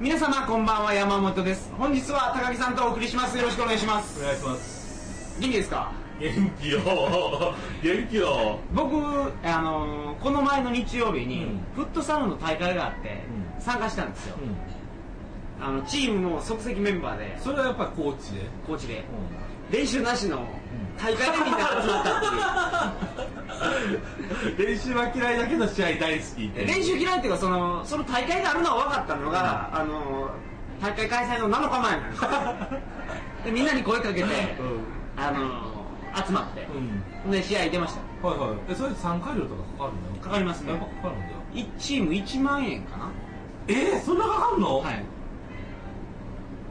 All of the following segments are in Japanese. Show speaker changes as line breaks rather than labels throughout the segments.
皆様こんばんは山本です本日は高木さんとお送りしますよろしくお願いします
お願いします
元気ですか
元気よ元気よ
僕、あのーこの前の日曜日に、
うん
フットサルの大会があって、
うん
参加したんですよ、あのチームも即席メンバーで
それはやっぱりコーチで、
コーチで練習なしの大会でみんな集まった
練習は嫌いだけど試合大好きっ
ってい
て
う練習嫌いっていうかそのその大会があるのは分かったのが、あのー大会開催の7日前なんですよでみんなに声かけて、
う
あのー集まって、で試合出ました
はいはいえそれ参加料とかかかるんだよ
かかりますね
やっぱかかるんだよ
1チーム1万円かな
えー、そんなかかんの、
はい、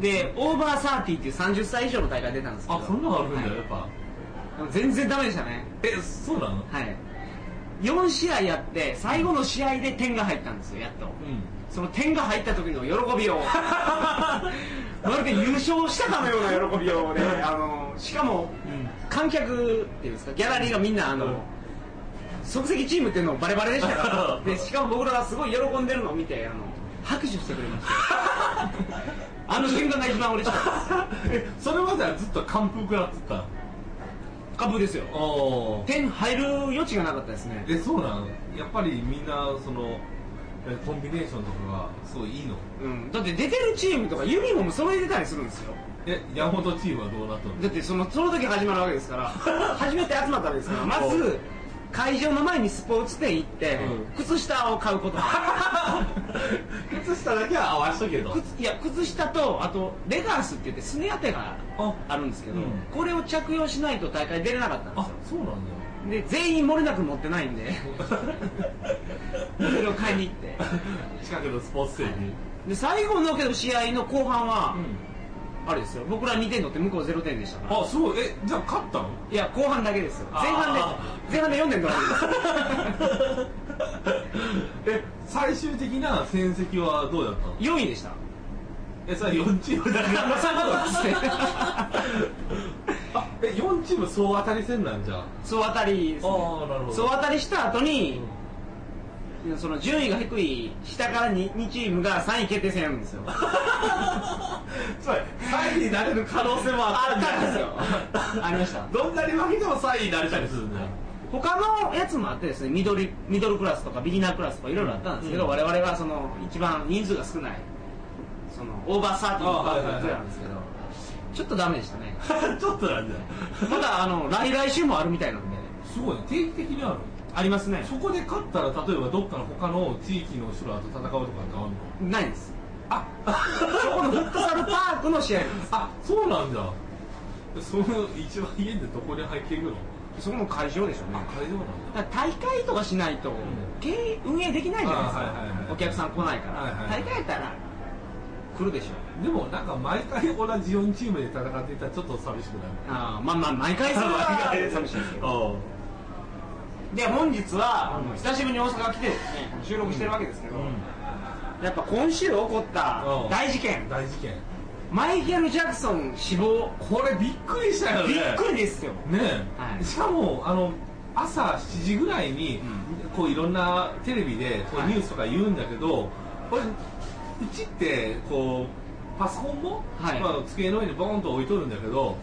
でオーバーサーティっていう30歳以上の大会出たんですけど
あそんなのあるんだよ、
はい
やっぱ
でも全然ダメでしたね
えそうなの
はい4試合やって最後の試合で点が入ったんですよやっと
うん
その点が入った時の喜 びをまるで優勝したかのような喜びをねあのしかも
うん
観客っていうんですかギャラリーがみんなあの、
うん
即席チームっていうのバレバレでした からでしかも僕らがすごい喜んでるのを見てあの拍手してくれました あの瞬間が一番嬉しかったで
えそれまではずっと完封食らってた
すカップですよ
お
点入る余地がなかったですね
えそうなのやっぱりみんなそのえコンビネーションとかがすごいいいの
うん、だって出てるチームとかユニフォーム揃えてたりするんですよ
え山本チームはどうなったの
だってそのその時始まるわけですから 初めて集まったわけですからま
う
ず
ん
会場の前にスポーツ店行って、
うん
靴下を買うこと
靴下だけは合わしとけと
靴いや靴下とあとレガースって言ってすね当てが
あ
あるんですけど、
うん
これを着用しないと大会出れなかったんです
あ
よ
そうなんだ
で全員漏れなく持ってないんでそれを買いに行 って
近くのスポーツ店に、
で最後のけど試合の後半は、
うん
あれですよ僕ら2点取って向こう0点でしたから
あすごいえじゃあ勝ったの
いや後半だけですよ前半で
あ
前半で4点取られてます
え最終的な戦績はどうだったの
4位で した
えそれ4チームだから
そういうことですね
あえ4チーム総当たり戦なんじゃ
総当たりです、ね、
あーなるほど
総当たりした後に、その順位が低い下から 2, 2チームが3位決定戦やるんですよ
それ3位になれる可能性も あったんだよ
あったん ですよありました
どんなに負けても3位になれたりするんだよ
他のやつもあってですねミドルミドルクラスとかビギナークラスとかいろいろあったんですけど、
うん
我々はその一番人数が少ないそのオーバーサーティーとか
あはいはいはい
そうなんですけど、ちょっとダメでしたね
ちょっとなんだよ
まだあの来来週もあるみたいなんです
ごいね定期的にある
ありますね
そこで勝ったら例えばどっかの他の地域の人らと戦うとかってあるの
ないです
あ
そこのフットサルパークの試合です
あそうなんだその一番家でどこに入っていくの
そこの会場でしょう
あ
ね
会場なん
だから大会とかしないと経営運営できないじゃないですか、
あはいはいはい
お客さん来ないから、
はいはいはい
大会やったら来るでしょ
だでもなんか毎回同じ4チームで戦っていたらちょっと寂しくなる
あーまあまあ毎回それは 寂しいですけどで本日は、
うん
久しぶりに大阪来てですね収録してるわけですけど、やっぱ今週起こった
うん
大事件、
大事件
マイケル・ジャクソン死亡
これびっくりしたよね
びっくりですよ
ねえ、
はい
しかもあの朝7時ぐらいに、こういろんなテレビでこ
は
う
い
ニュースとか言うんだけど、これうちってこうパソコンも、
はい
まあ、机の上にボーンと置いとるんだけど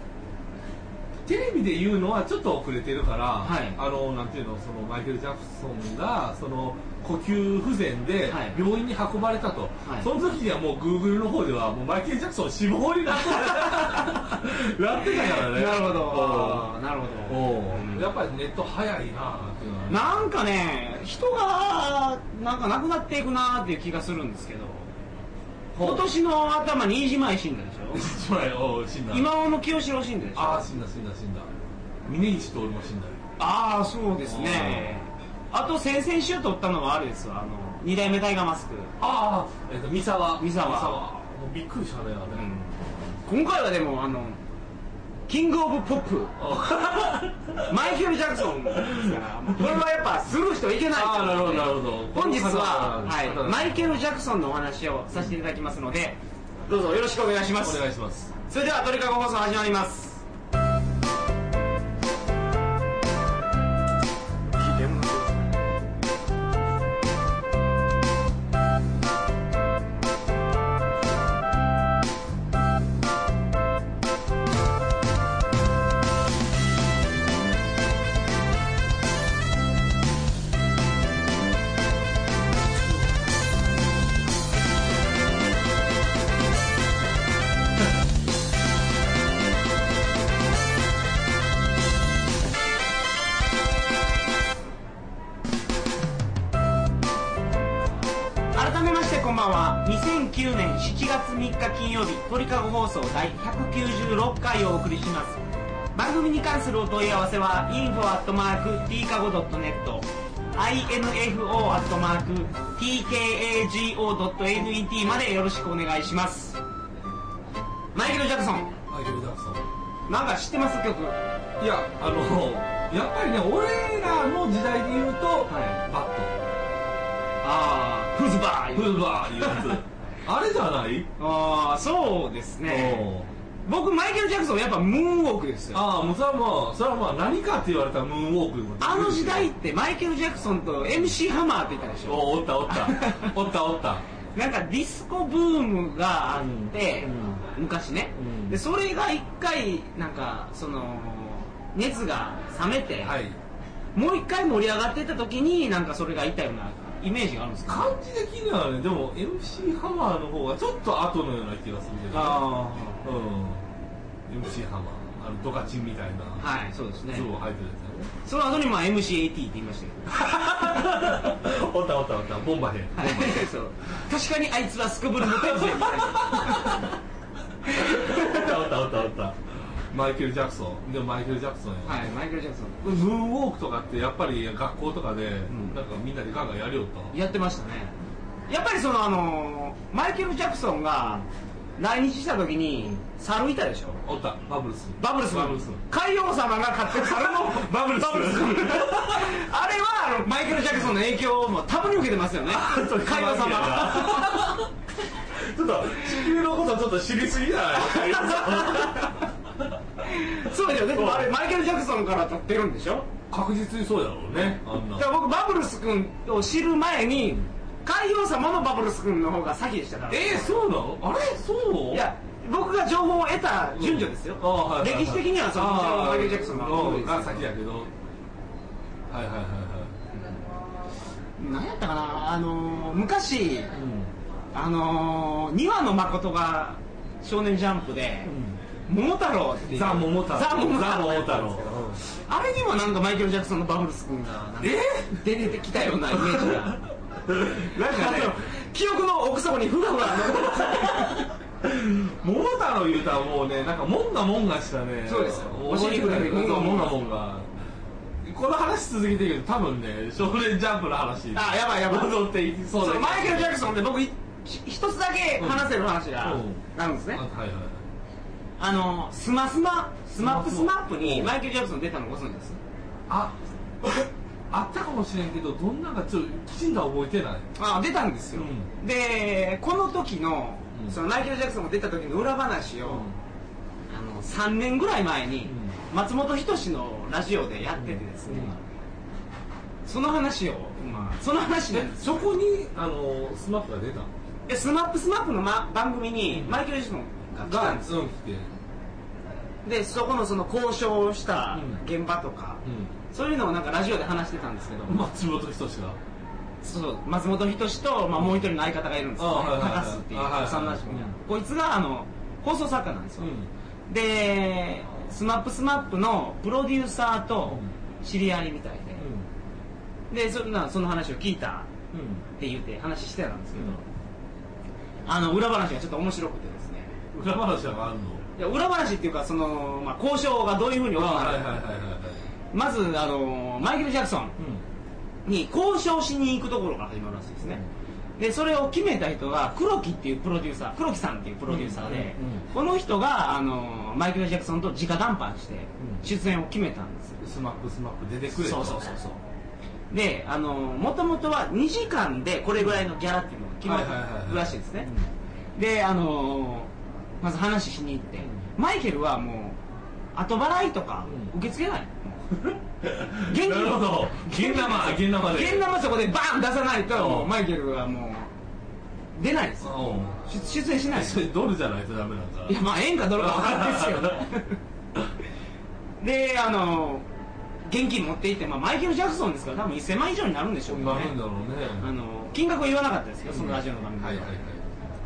テレビで言うのはちょっと遅れてるから、
はい
あのなんていうのそのマイケル・ジャクソンがその呼吸不全で
はい
病院に運ばれたと、
はい
その時にはもうグーグルの方ではもうマイケル・ジャクソン死亡になって なってたからね
なるほど
うん
あーなるほど
おお、
うん
やっぱりネット早いなっていうのはね
なんかね人がなんかなくなっていくなっていう気がするんですけど
ほう
今年の頭に飯島へ死んだでしょ
一枚 おう死 んだ
今尾の清志郎死んだでしょ
ああ死んだ死んだ死んだ峰岸徹も死んだよ
あーそうですねあと先々週撮ったのはあれですわあの二代目タイガーマスク、
ああえっ、と三沢
三沢
もうびっくりしたねあれ、
今回はでもあのキングオブポップ
あ
マイケル・ジャクソンですからもうこれはやっぱスルーしてはいけないと
あーなるほどなるほど
本日は、
この方々
はい、マイケル・ジャクソンのお話をさせていただきますのでどうぞよろしくお願いします
お願いします
それではトリカゴ放送始まります改めましてこんばんは2009年7月3日金曜日鳥かご放送第196回をお送りします番組に関するお問い合わせは info.tkago.net info.tkago.net までよろしくお願いしますマイケル・ジャクソン
マイケル・ジャクソン
なんか知ってます曲
いやあのやっぱりね俺らの時代で言う
い
と、バッ
ああフズバ
ト
ー
フーバーいう やつあれじゃない
ああそうですね
おう
僕マイケル・ジャクソンやっぱムーンウォークですよ
ああもうそれはまあそれはまあ何かって言われたらムーンウォークにも
あの時代ってマイケル・ジャクソンと MC ハマーって言ったでしょ
おおったおった おったおった
なんかディスコブームがあって、
う
昔ね、
うん
でそれが一回なんかその熱が冷めて、
はい
もう一回盛り上がってった時になんかそれがいたようなイメージがあるんですか
感じ的にはねでも MC ハマーの方がちょっと後のような気がするけど、
あ
うん MC ハマーあのドカチンみたいな
あはいそうですね
ズボン履いて
その後にまあ MCAT って言いましたけど
るやつやろおったおったおったボンバヘン
はい、 そう確かにあいつはすこぶるモテるぜ みたいな
おったおったおったおったマイケル・ジャクソンでもマイケル・ジャクソンや、
はいマイケル・ジャクソ
ムーンウォークとかってやっぱり学校とかで、
ん
なんかみんなでガンガンやりよった
ンやってましたねやっぱりそのあのマイケル・ジャクソンが来日した時に猿いたでしょ
おったバブルス
バブルス
バブルス
海王様が買ってる猿の
バブル ス
あれはあのマイケル・ジャクソンの影響も多分に受けてますよね
そう
海王
そう
様
ちょっと地球のことちょっと知りすぎじゃない
そうですよねあれマイケル・ジャクソンから取ってるんでしょ
確実にそうだろうねあんな
だから僕バブルス君を知る前に海王様のバブルス君の方が先でしたから
えー、そうなのあれそう
い
い
や僕が情報を得た順序ですよ、
あーはいはいはい
歴史的にはその
あ
もちろん
ー
マイケル・ジャクソンが多いです
が先だけどはいはいはいは
何やったかなあのー昔
いうん
あのー、2話の誠が「少年ジャンプ」で「桃太郎」っていう
ザ・モモ太郎
ザ・桃太郎
ザ桃太郎
あれにもなんかマイケル・ジャクソンのバブルス君がなんか出てきたようなイメー ジが
なんかね
あの記憶の奥底にふがふが残ってる
桃太郎言うたらもうねなんかもんがもんがしたね
そうですよ
お尻ぐらい
お尻
もん
ぐ
が
らい
もんがもんがこの話続けてるけど多分ね少年ジャンプの話
あやばいやばい
戻っていきそうだ
そ
け
う
ど
マイケル・ジャクソンで僕いひ一つだけ話せる話が
うん
あるんですね、
あはいはい
あのスマスマスマップス
ス
マ
マ
ッ
ップ
プにマイケル・ジャクソン出たのご存知です
あ あったかもしれんけどどんなんかちょっときちんとは覚えてない
あ出たんですよ、
う
でこの時の
うん
そのマイケル・ジャクソンが出た時の裏話を、あの3年ぐらい前に松本人志のラジオでやっててですね、その話を、まあ、その話なんです
そこにあのスマップが出た
でスマップスマップの、ま、番組にマイケル・ジャクソンが来たんですよ
うん来て
でそこのその交渉をした現場とか、
う
そういうのをなんかラジオで話してたんですけど、
ん松本人志が
そう松本人志と、まあ、もう一人の相方がいるんですよ、
あはいはいはい
高須っていう
あはいはいはい
幼なじみの
うん
こいつがあの放送作家なんですよ、で SMAPSMAP のプロデューサーと知り合いみたいででそんなその話を聞いたって言って話してたんですけど、あの裏話がちょっと面白くてですね
裏話があるの
いや裏話っていうかその、まあ、交渉がどういうふうに行われたかまずあのマイケル・ジャクソンに交渉しに行くところから始まるらしいですね、でそれを決めた人が黒木っていうプロデューサー黒木さんっていうプロデューサーで、
うんうんうん
この人があのマイケル・ジャクソンと直談判して
ん
出演を決めたんですよ、
スマップスマップ出てくれ
そうそうそうそうであのもともとは2時間でこれぐらいのギャラっていうのが決ま
はいはいはいは
る
い
らしいですねであのまず話しに行ってマイケルはもう後払いとか
うん
受け付けない、
現金なるほど現生現生で
現生そこでバーン出さないと
うん
もうマイケルはもう出ないですよ
う
出出演しない
ん
です
そ
い
れドルじゃないとダメなんだ
やまあ円かドルか分かんないですけど であの現金持って行って、まあ、マイケル・ジャクソンですから多分1000万以上になるんでしょうけど
な
ね
るんだろうね
あの金額を言わなかったですよそのラジオの番組では
はいはいは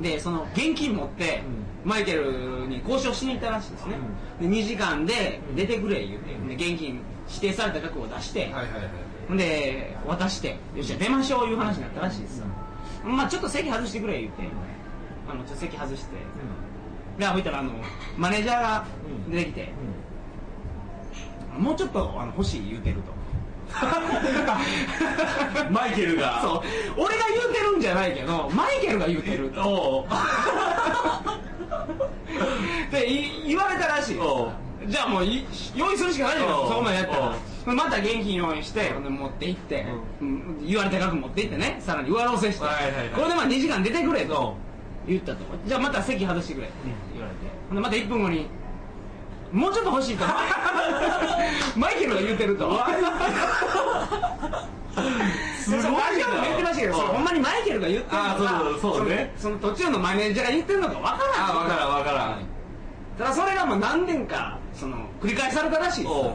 い
でその現金持って、マイケルに交渉しに行ったらしいですね、で2時間で出てくれ言うて、で現金指定された額を出して、
はいはいはい
ほんで渡してよっしゃ出ましょういう話になったらしいですよ、まあちょっと席外してくれ言って、あのちょっと席外して、でほいたらあのマネージャーが出てきて、もうちょっとあの欲しい言うてると
マイケル が
そう俺が言うてるんじゃないけどマイケルが言うてると
おう
ってい言われたらしい
お
じゃあもうい用意するしかないじゃん
おう
そこまでやったらまた現金用意してほんで持って行って、うん言われた額持って行ってねさらに上乗せして、
はいはいはい
これでまあ2時間出てくれと言ったとじゃあまた席外してくれって言われて、ほんでまた1分後にもうちょっと欲しい とマイケルが言うてると
すごいな
そうラジオでも言ってましたけどそれほんまにマイケルが言ってるのか
あーそうそうそうね
そのその途中のマネージャーが言ってるのかわからん
あ分からん分からん
ただそれがもう何年かその繰り返されたらしいです
おう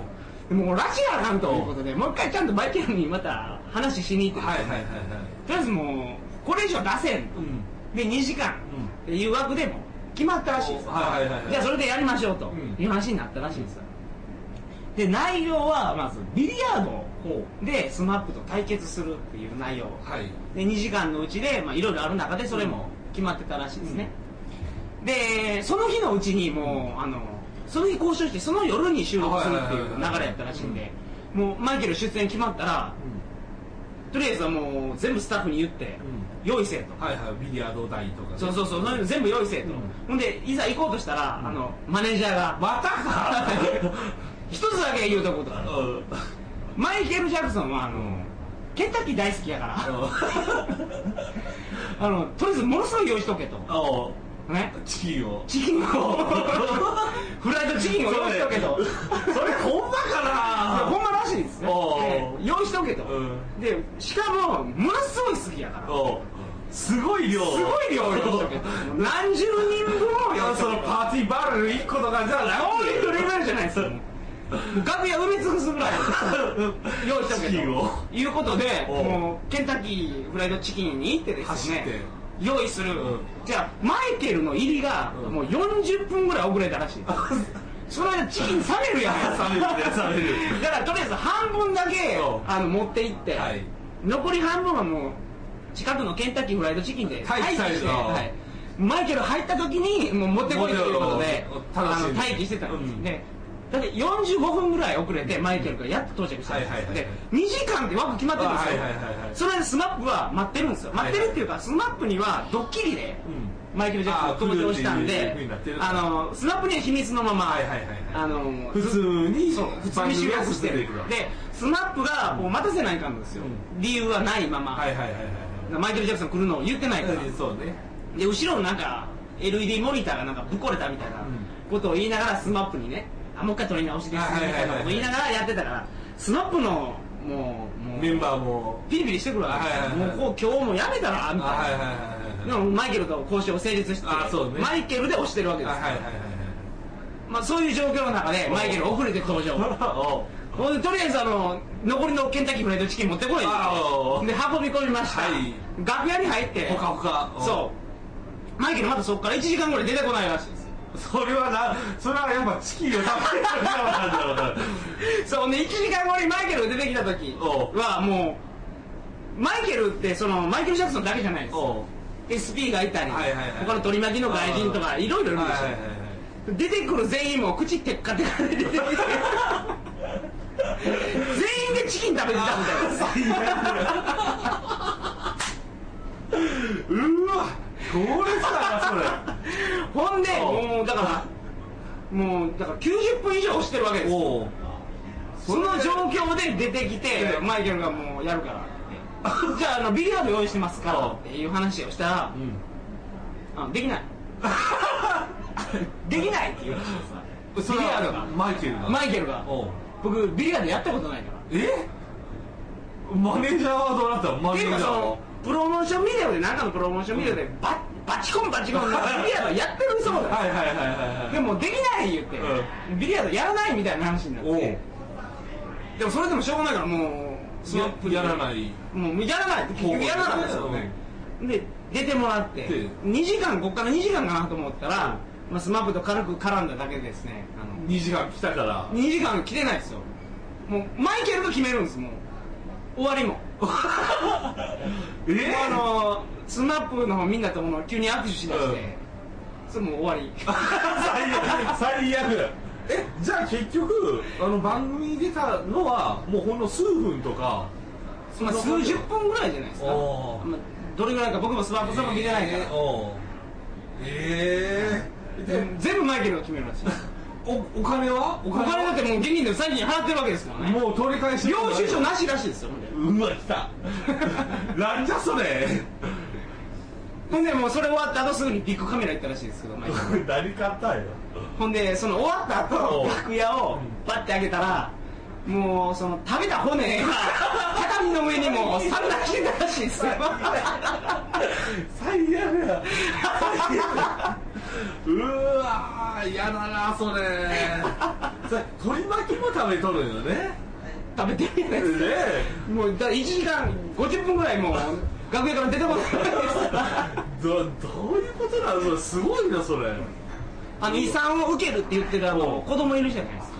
でももうラジオあかんということでもう一回ちゃんとマイケルにまた話しに行って、
はいはいはいはい
とりあえずもうこれ以上出せんと、
うん
で2時間っていう枠でも決まったらしいです、
はいはいはいはい
じゃあそれでやりましょうと
うん
いう話になったらしいんですよで内容はまずビリヤード
ほ
で SMAP と対決するっていう内容
はい
で2時間のうちでまあいろいろある中でそれも決まってたらしいですね、でその日のうちにもうあのその日交渉してその夜に収録するっていう流れやったらしいんでもうマイケル出演決まったらとりあえずはもう全部スタッフに言って用意せえと
はいはいビリヤード台とかね
そうそうそう、そういうの全部用意せえと、
うん
ほんでいざ行こうとしたら、
ん
あのマネージャーが
またか
一つだけ言うとこと
う
が
んうん
マイケル・ジャクソンはあの、ケンタッキー大好きやから、あのとりあえずものすごい用意しとけと、
おう
ね、
チキンを
チキンをフライドチキンを用意しとけと
それほんま
いや
か
ほんまらしいですね
おう
で用意しとけと、
うん
でしかもものすごい好きやから
なおうすごい量
すごい量用意しとけ と何十人分も用意し
そ
と
の
けと
パーティーバル1個とかじゃな
そういうレ
く
ベルじゃないですよもう楽屋埋め尽くすぐらい
て
用意しておけ
チキンを
ということで
おう
もうケンタッキーフライドチキンに行ってですね
走って
用意する、
うん
じゃあマイケルの入りが
うん
もう40分ぐらい遅れたらしいその間チキン冷めるやん
冷めるね冷める
だからとりあえず半分だけ
おう
あの持って行って、
はい
残り半分はもう近くのケンタッキーフライドチキンで
待
待機し
機
て、
された
はいマイケル入った時にもう持ってこいということで
持ってこい
あの待機してたんです、
うん
でだって45分ぐらい遅れてマイケルがやっと到着したんです、
はいはいはいはい
で2時間って枠決まってるんですよ、
あはいはいはいはい
その間スマップは待ってるんですよ
はいは
待
い
ってるっていうか、スマップにはドッキリで、マイケル・ジャクソンが登場したん
あー来る
で
っていうふうになってる
あのスマップには秘密のまま、
はいはいはいはい
あの
普通に
そう普通に収録してる
番組が進んでいくわ
でスマップがもう待たせないかんですよ、
う
理由はないまま、
はいはいはいはい
マイケル・ジャクソン来るのを言ってないから、
はいそうね
で後ろのなんか LED モニターがなんかぶっこれたみたいなことを言いながらスマップにねあもう一回撮り直しですみ
はいはい
た
はい
いな
はい
ことを言いながらやってたからスマップのもうもう
メンバーも
ピリピリしてくるわけですよ、
はいはいはい
もうこう今日もうやめたら
あ
みたいな、
はいはいはい
で
はい
もマイケルと交渉を成立して
あそうね
マイケルで押してるわけです
あ
よ、
はいはいはい
まあ、そういう状況の中でマイケル遅れて登 場
はいおう
ほんでとりあえずあの残りのケンタッキーフライドチキン持ってこい
あお
で運び込みました、
はい
楽屋に入って
ほかほか
そうマイケルまたそこから1時間ぐらい出てこないらしいですよ
うそれはなそれはやっぱチキンを食べてるからなんだろうな
そうね1時間後にマイケルが出てきた時
おう
はもうマイケルってそのマイケル・ジャクソンだけじゃないです
おう
SP がいたり、
はいはいはい
他の取り巻きの外人とかいろいろいるん
はい
ですよ、
はいはいはい
出てくる全員もう口テッカテカで出てきて全員でチキン食べてたみたいな
最悪うわ強烈だな
ほんで
おう
もうだからもうだから90分以上押してるわけで
それ
すよ
おう
その状況で出てきて
え
マイケルがもうやるからってじゃああのビリヤード用意してますから
おう
っていう話をしたら
うん
あでき ないできないって言うらしいです
そ
ビ
れ
リヤード
は
が
マイケルが
マイケルが
おう
僕ビリヤードやったことないから
えマネージャーはどうなったのマ
っ
ネ
て
ー
いうか
ジャー
そ
は
のプロモーションビデオで中のプロモーションビデオでババチコンバチコンビリヤードやってるそうだ
はいはいはいはいはい
でもできない言って、
う
ビリヤードやらないみたいな話になっ
おう
てでもそれでもしょうがないからもうスナップに
ややらない
もうやらないって結局やらないんですよねで出てもらって
で
2時間こっから2時間かなと思ったら、まあ、スマップと軽く絡んだだけでですねあの
2時間来たから
2時間切れないですよもうマイケルが決めるんですもう終わりも
え
あのスマップのみんなともの急に握手しだして、それもう終わり
最悪最悪えじゃあ結局あの番組に出たのはもうほんの数分とか
まあ数十分ぐらいじゃないですか、
おー
まあ、どれぐらいか僕もスマップスマップ見てないから、
えー、え
全全部マイケルが決める らしい
おお金はお
お金だってもう現金で詐欺に払ってるわけですからね
もう取り返し
領収書なしらしいですよほんで
うわ来た なんじゃそれ
ほんでもうそれ終わった後すぐにビッグカメラ行ったらしいですけどマイケル
何買ったんよ
ほんでその終わった
お
後
う
楽屋をバッて開けたらもうその食べた骨 が畳の上にもう散乱してたらしいですよ
最悪や最悪うわー嫌だなそれそれ取り巻きも食べとるんよねね
食べてるじゃないですか
え
もうだから1時間50分ぐらいもう楽屋から出てこないです
どどういうことなのそれすごいなそれ
あの遺産を受けるって言ってるあの子供いるじゃないですか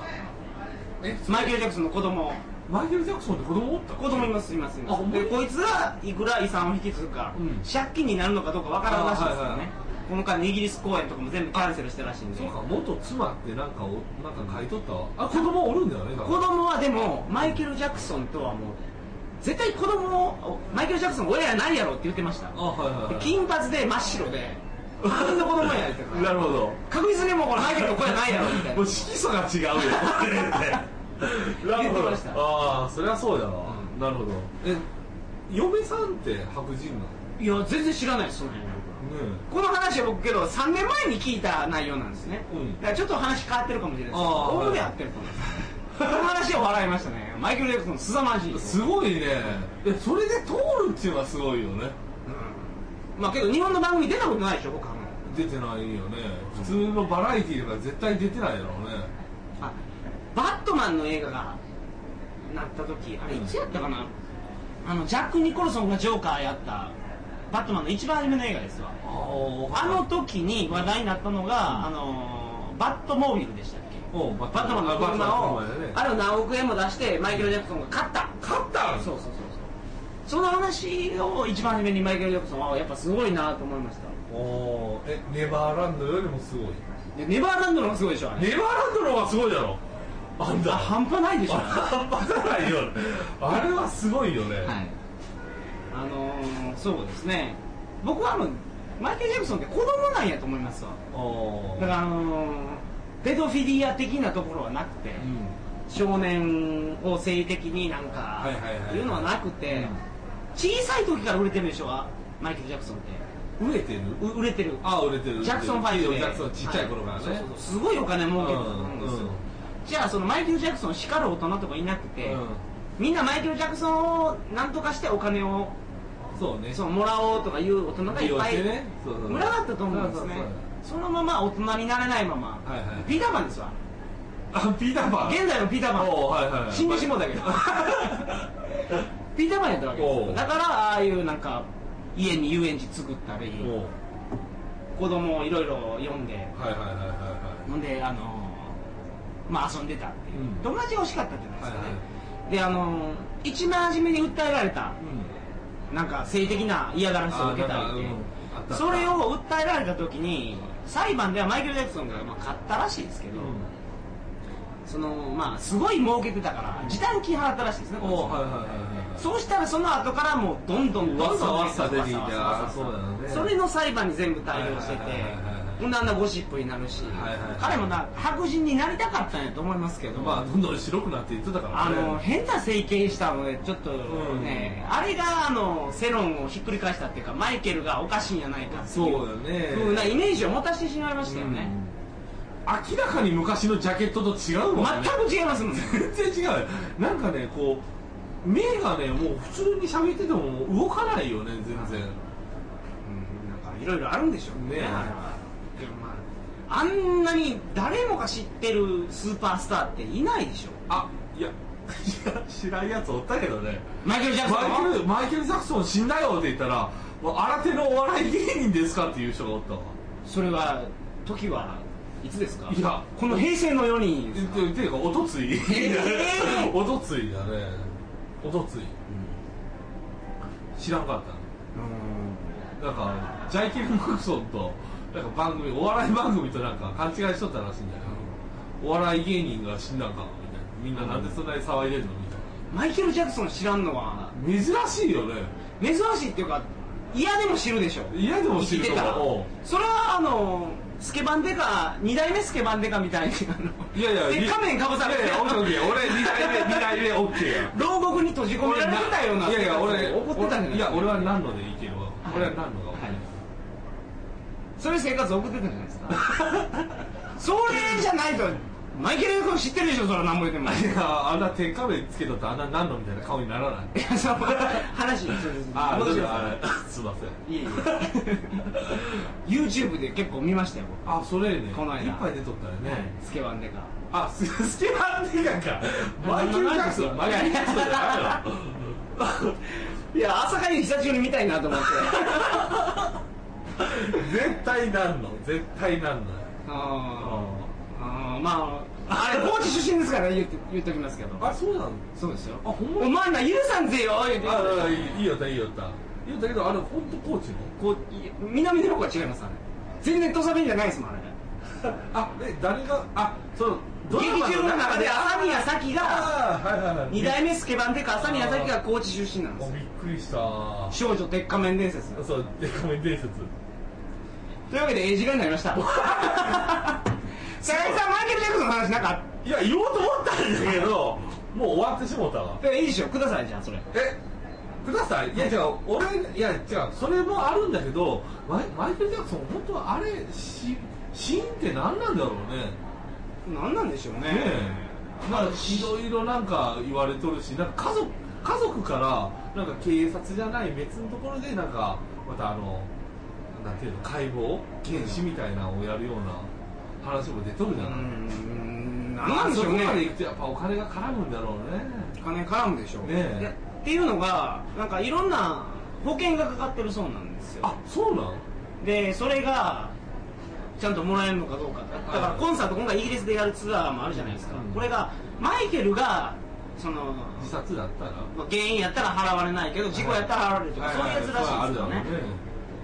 え
マイケル・ジャクソンの子供
マイケル・ジャクソンって子供おった
子供いますいますいま
あほん
す
ま
でこいつがいくら遺産を引き継ぐか、
うん
借金になるのかどうかわからんらしいですよね、
あはいはい
この間イギリス公演とかも全部キャンセルしたらしいんで
そうか元妻ってなんかおなんか買い取ったわあ子供おるんだよねだから
子供はでもマイケル・ジャクソンとはもう絶対子供のマイケル・ジャクソン親やないやろって言ってました
あはいはい、
で
はい
金髪で真っ白で自分の子供やってたか
な
ら
るほど
確実にもうこのマイケルの子やないやろみたい
も
な
う色素が違うよ
言ってました
ああそりゃそうだわ、なるほどえ嫁さんって白人なのね
いや全然知らないですその辺この話は僕けど3年前に聞いた内容なんですね、
うん
だからちょっと話変わってるかもしれないです
ああ
大で合ってると思いますこの話は笑いましたねマイケル・ジャクソンすさまじい
すごいねえそれで通るっていうのはすごいよね
うんまあけど日本の番組出たことないでしょ僕は
出てないよね普通のバラエティーとか絶対出てないだろうね
あバットマンの映画がなった時あれいつやったかな、あのジャック・ニコルソンがジョーカーやったバットマンの一番初めの映画ですわ
あ
あ
の
の時に話題になったのが、あのバットモービルでしたっけ
おバ
バットマンの
バットマン
車を
の車やね
あれを何億円も出してマイケル・ジャクソンが勝った
勝ったん
そうそうそうそうその話を一番初めにマイケル・ジャクソンはやっぱすごいなと思いました
おーえネバーランドよりもすごい
でネバーランドの方がすごいでしょあれ
ネバーランドの方がすごいだろあん
あ
だ
半端ないでしょ は
半端じゃないよあれはすごいよね、
いあのー、そうですね僕はあのマイケル・ジャクソンって子供なんやと思いますわ
おー
だからあのー、ペドフィリア的なところはなくて、
うん
少年を性的になんか
はいはいはい
いうのはなくて、
うん
小さい時から売れてるでしょマイケル・ジャクソンって
売れてる
う売れてる
あ売れてる
ジャクソンファイブで
ジャクソンちっちゃい頃からね、
はいそうそうそうすごいお金儲けてたと思うんですよ、
うんうん
じゃあそのマイケル・ジャクソンを叱る大人とかいなくて、
うん
みんなマイケル・ジャクソンをなんとかしてお金を
そうね
そうもらおうとかいう大人がいっぱい
利用してねそうそう
群がったと思うんですね
そ
そ
うそう
のまま大人になれないまま、
はいはい
ピーターマンですわ
あピーターパン
現在のピーターマン
おーはいはいはい
死んでしもう たけどピーターマンやったわけです
お
よ
う
だからああいうなんか家に遊園地作ったり
おー
子供をいろいろ読んで
はいはいはいはいはい
ほんであのまあ遊んでたっていう、
うん
友達が欲しかったじゃないですかね、
はいは
であの一番初めに訴えられたなんか性的な嫌がらせを受けたりって、
あーなんかうんあった
それを訴えられた時に裁判ではマイケル・ジャクソンがまあ勝ったらしいですけど、そのまあすごい儲けてたから時短金払ったらしいですね
お
この人
おはいはいはい
そうしたらその後からもうどんどんどんどん
わっさわっさ出てきて
わっさわっさ
あーそうだよね
それの裁判に全部対応してて
はいはいはいはいはい
こんなあんなゴシップになるし、
はいはいはい
彼もな白人になりたかったんやと思いますけど、
まあどんどん白くなっていってたから
あ
ね
の変な整形したのでちょっとね、あれがあの世論をひっくり返したっていうかマイケルがおかしいんじゃないかってい
そう
う
だよね
ふうなイメージを持たせてしまいましたよね、
うん明らかに昔のジャケットと違うもんね
全く違いますもんね
全然違うよなんかねこう目がねもう普通に喋っててももう動かないよね全
うん
然
なんかいろいろあるんでしょうね
ねえ
あれはでもまああんなに誰もが知ってるスーパースターっていないでしょ
あいや知らんやつおったけどね
マイケル・ジャクソン
マイケルマイケル・ジャクソン死んだよって言ったらもう新手のお笑い芸人ですかっていう人がおったわ
それは時はいつですか
いや
この平成の世に
えてていうかおとつい
えー
おとついだねおとつい知らんかったなんかジャイケル・マクソンとなんか番組お笑い番組となんか勘違いしとったらしいんだよ、お笑い芸人が死んだんかみたいなみんななんでそんなに騒いでんのみたい
マイケル・ジャクソン知らんのは
な珍しいよね
珍しいっていうか嫌でも知るでしょ
嫌でも知る
生き
と
てたら
思
それはあのスケバンデカ二代目スケバンデカみたいにあ
ういやいや
ので仮面かぶされて
いやいやオッケーオッケー俺2代目2代目オッケーや
牢獄に閉じ込められてたようない
やいや俺
怒ってたんじゃない
いや俺は何のでいけるわ
はい
俺は何のが分かんない
そういう生活を送ってたんじゃないです かそれじゃないとマイケル・君知ってるでしょそれは何も言っても
いやあんな天下面つけとったらあんな何のみたいな顔にならな
い
い
やその話そうそうそう
あ
戻
ど
して
う
く
ぞ
ださ
あ
い
すいません
いえいえ YouTube で結構見ましたよ
あそれね
この間
いっぱい出とったよね、
僕スケバンデカ
あすスケバンデカかマイケル・ジャクソンマイケル・ジャクソンじゃ
いや朝霞に久しぶりに見たいなと 思って
ないの絶対なんの絶対なんの
あ
あ
ーあーまああれ高知出身ですからね言って言っときますけど
あそうなの
そうですよ
あほんま
お前ら許さんぜよ言って
ああいいいいよったいいよった言うたけどあれ本当コーチの
こうい南の方が違いますあれ全然土佐弁じゃないですもんあれ
あえ誰があその
劇中の中で朝宮早紀が
ああはいはいはい
二代目スケバンデカ朝宮早紀が高知出身なんで
もう
す
び
よ
っくりした
少女鉄仮面伝説
そうデカメン伝説
というわけでええ時間になりま した坂井さんマイケル・ジャクソンの話なんかあ
いや言おうと思ったんだけどもう終わってしもうたわ
っていいでしょくださいじゃあそれ
えくださいいや違う俺いや違うそれもあるんだけどマイマイケル・ジャクソン本当はあれし死因って何なんだろうね
何なんでしょうね
ねえなんかいろいろなんか言われとるしなんか家族家族からなんか警察じゃない別のところでなんかまたあのなんていうの解剖検視みたいなのをやるような話も出とるじ
う
ゃ
ー
ない、
ん何
ま
な
あ
んでし
そ
ょ
こ
う
まで
ね
行くとやっぱお金が絡むんだろうね
金絡むでしょう
ねえ
でっていうのがなんかいろんな保険がかかってるそうなんですよ
あそうなん
でそれがちゃんともらえるのかどうかだからコンサート今回イギリスでやるツアーもあるじゃないですか、
うん
これがマイケルがその
自殺だったら
まあ原因やったら払われないけど事故やったら払われるとか、そういうやつらしいですよね、
あるだろ
だか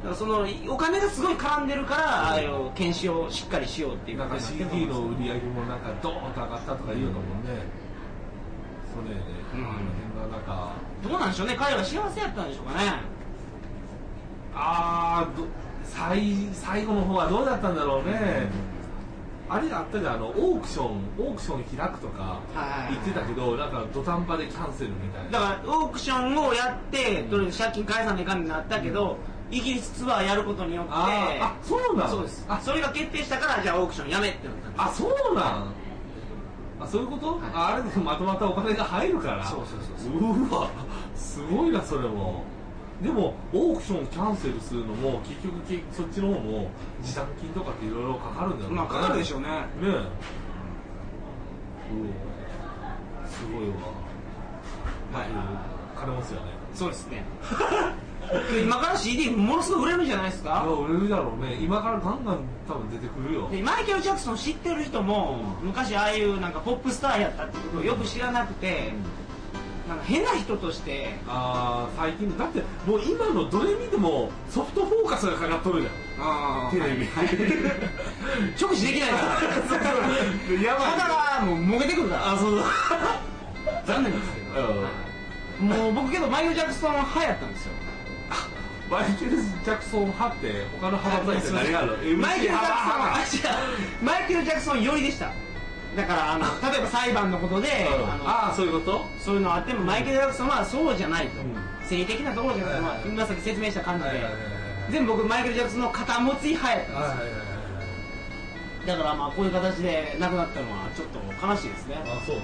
らそのお金がすごい絡んでるからああいう検視をしっかりしようって
う
い
ね
う
なんか CD の売り上げもなんかドーンと上がったとか言うのもんね、それね、
うん
あの辺がなんか
どうなんでしょうね彼は幸せやったんでしょうかね
あーど最最後の方はどうだったんだろうね、あれあったじゃんあのオークションオークション開くとか
はい
言ってたけどなんか土壇場でキャンセルみたいな
だからオークションをやってとりあえず借金返さないかんになったけど、イギリスツアーやることによって
あーあそうなん
そうです
あ
それが決定したからじゃあオークションやめってなったんです
あそうなんあそういうこと、
はい
ああれでまとまったお金が入るから
そうそうそう
うわすごいなそれもでもオークションキャンセルするのも結局けそっちの方も示談金とかっていろいろかかるんだよ
まあかかるでしょうね
ねえうおすごいわ
はい
い金持ちだね
そうですね で今から CD ものすごい売れるんじゃないです
いや
か
売れるだろうね今からガンガン多分出てくるよ
でマイケル・ジャクソン知ってる人も、昔ああいうなんかポップスターやったってことをよく知らなくて、なんか変な人として
ああ最近だってもう今のどれ見てもソフトフォーカスがかかっとるじゃん
あ
テレ ビ
直視できない から
そうやばい
肌がもうもげてくるから
あそうだ
残念ですけど、
うん
はいもう僕けどマイケル・ジャクソン派やったんですよ
マイケル・ジャクソン派って他の派閥って何があるの
マイケル・ジャ
MC 派
クソンあ違う マイケル・ジャクソン寄りでしただからあの例えば裁判のことで、
うん
あの
ああそういうこと
そういうのあってもマイケル・ジャクソンはそうじゃないと、
うん
性的なところじゃなくて、ま
はい
あ
はいはい
今さっき説明した感じで、
はいはいはいはい
全部僕マイケル・ジャクソンの肩持ち派やったんですよ、
はいはいはいはい
だからまあこういう形で亡くなったのはちょっと悲しいですね
あそうね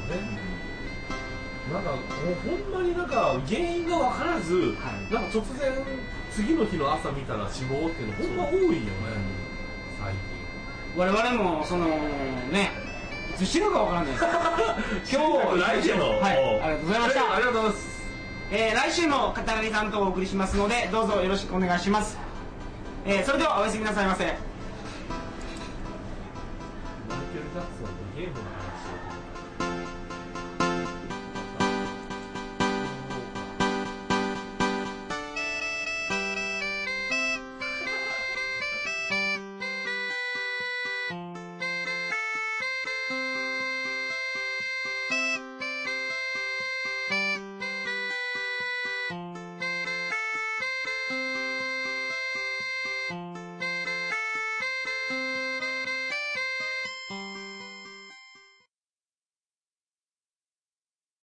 なんかもうほんまになんか原因が分からず、なんか突然次の日の朝見たら死亡っていうのほんま多いよね最近
我々もそのねいつ死ぬかわからないです
今日はないけど、
はいありがとうございました
ありがとうございます
えー来週も片桐さんとお送りしますのでどうぞよろしくお願いします、えーそれではおやすみなさいませ
マイケル・ジャクソンのゲームの話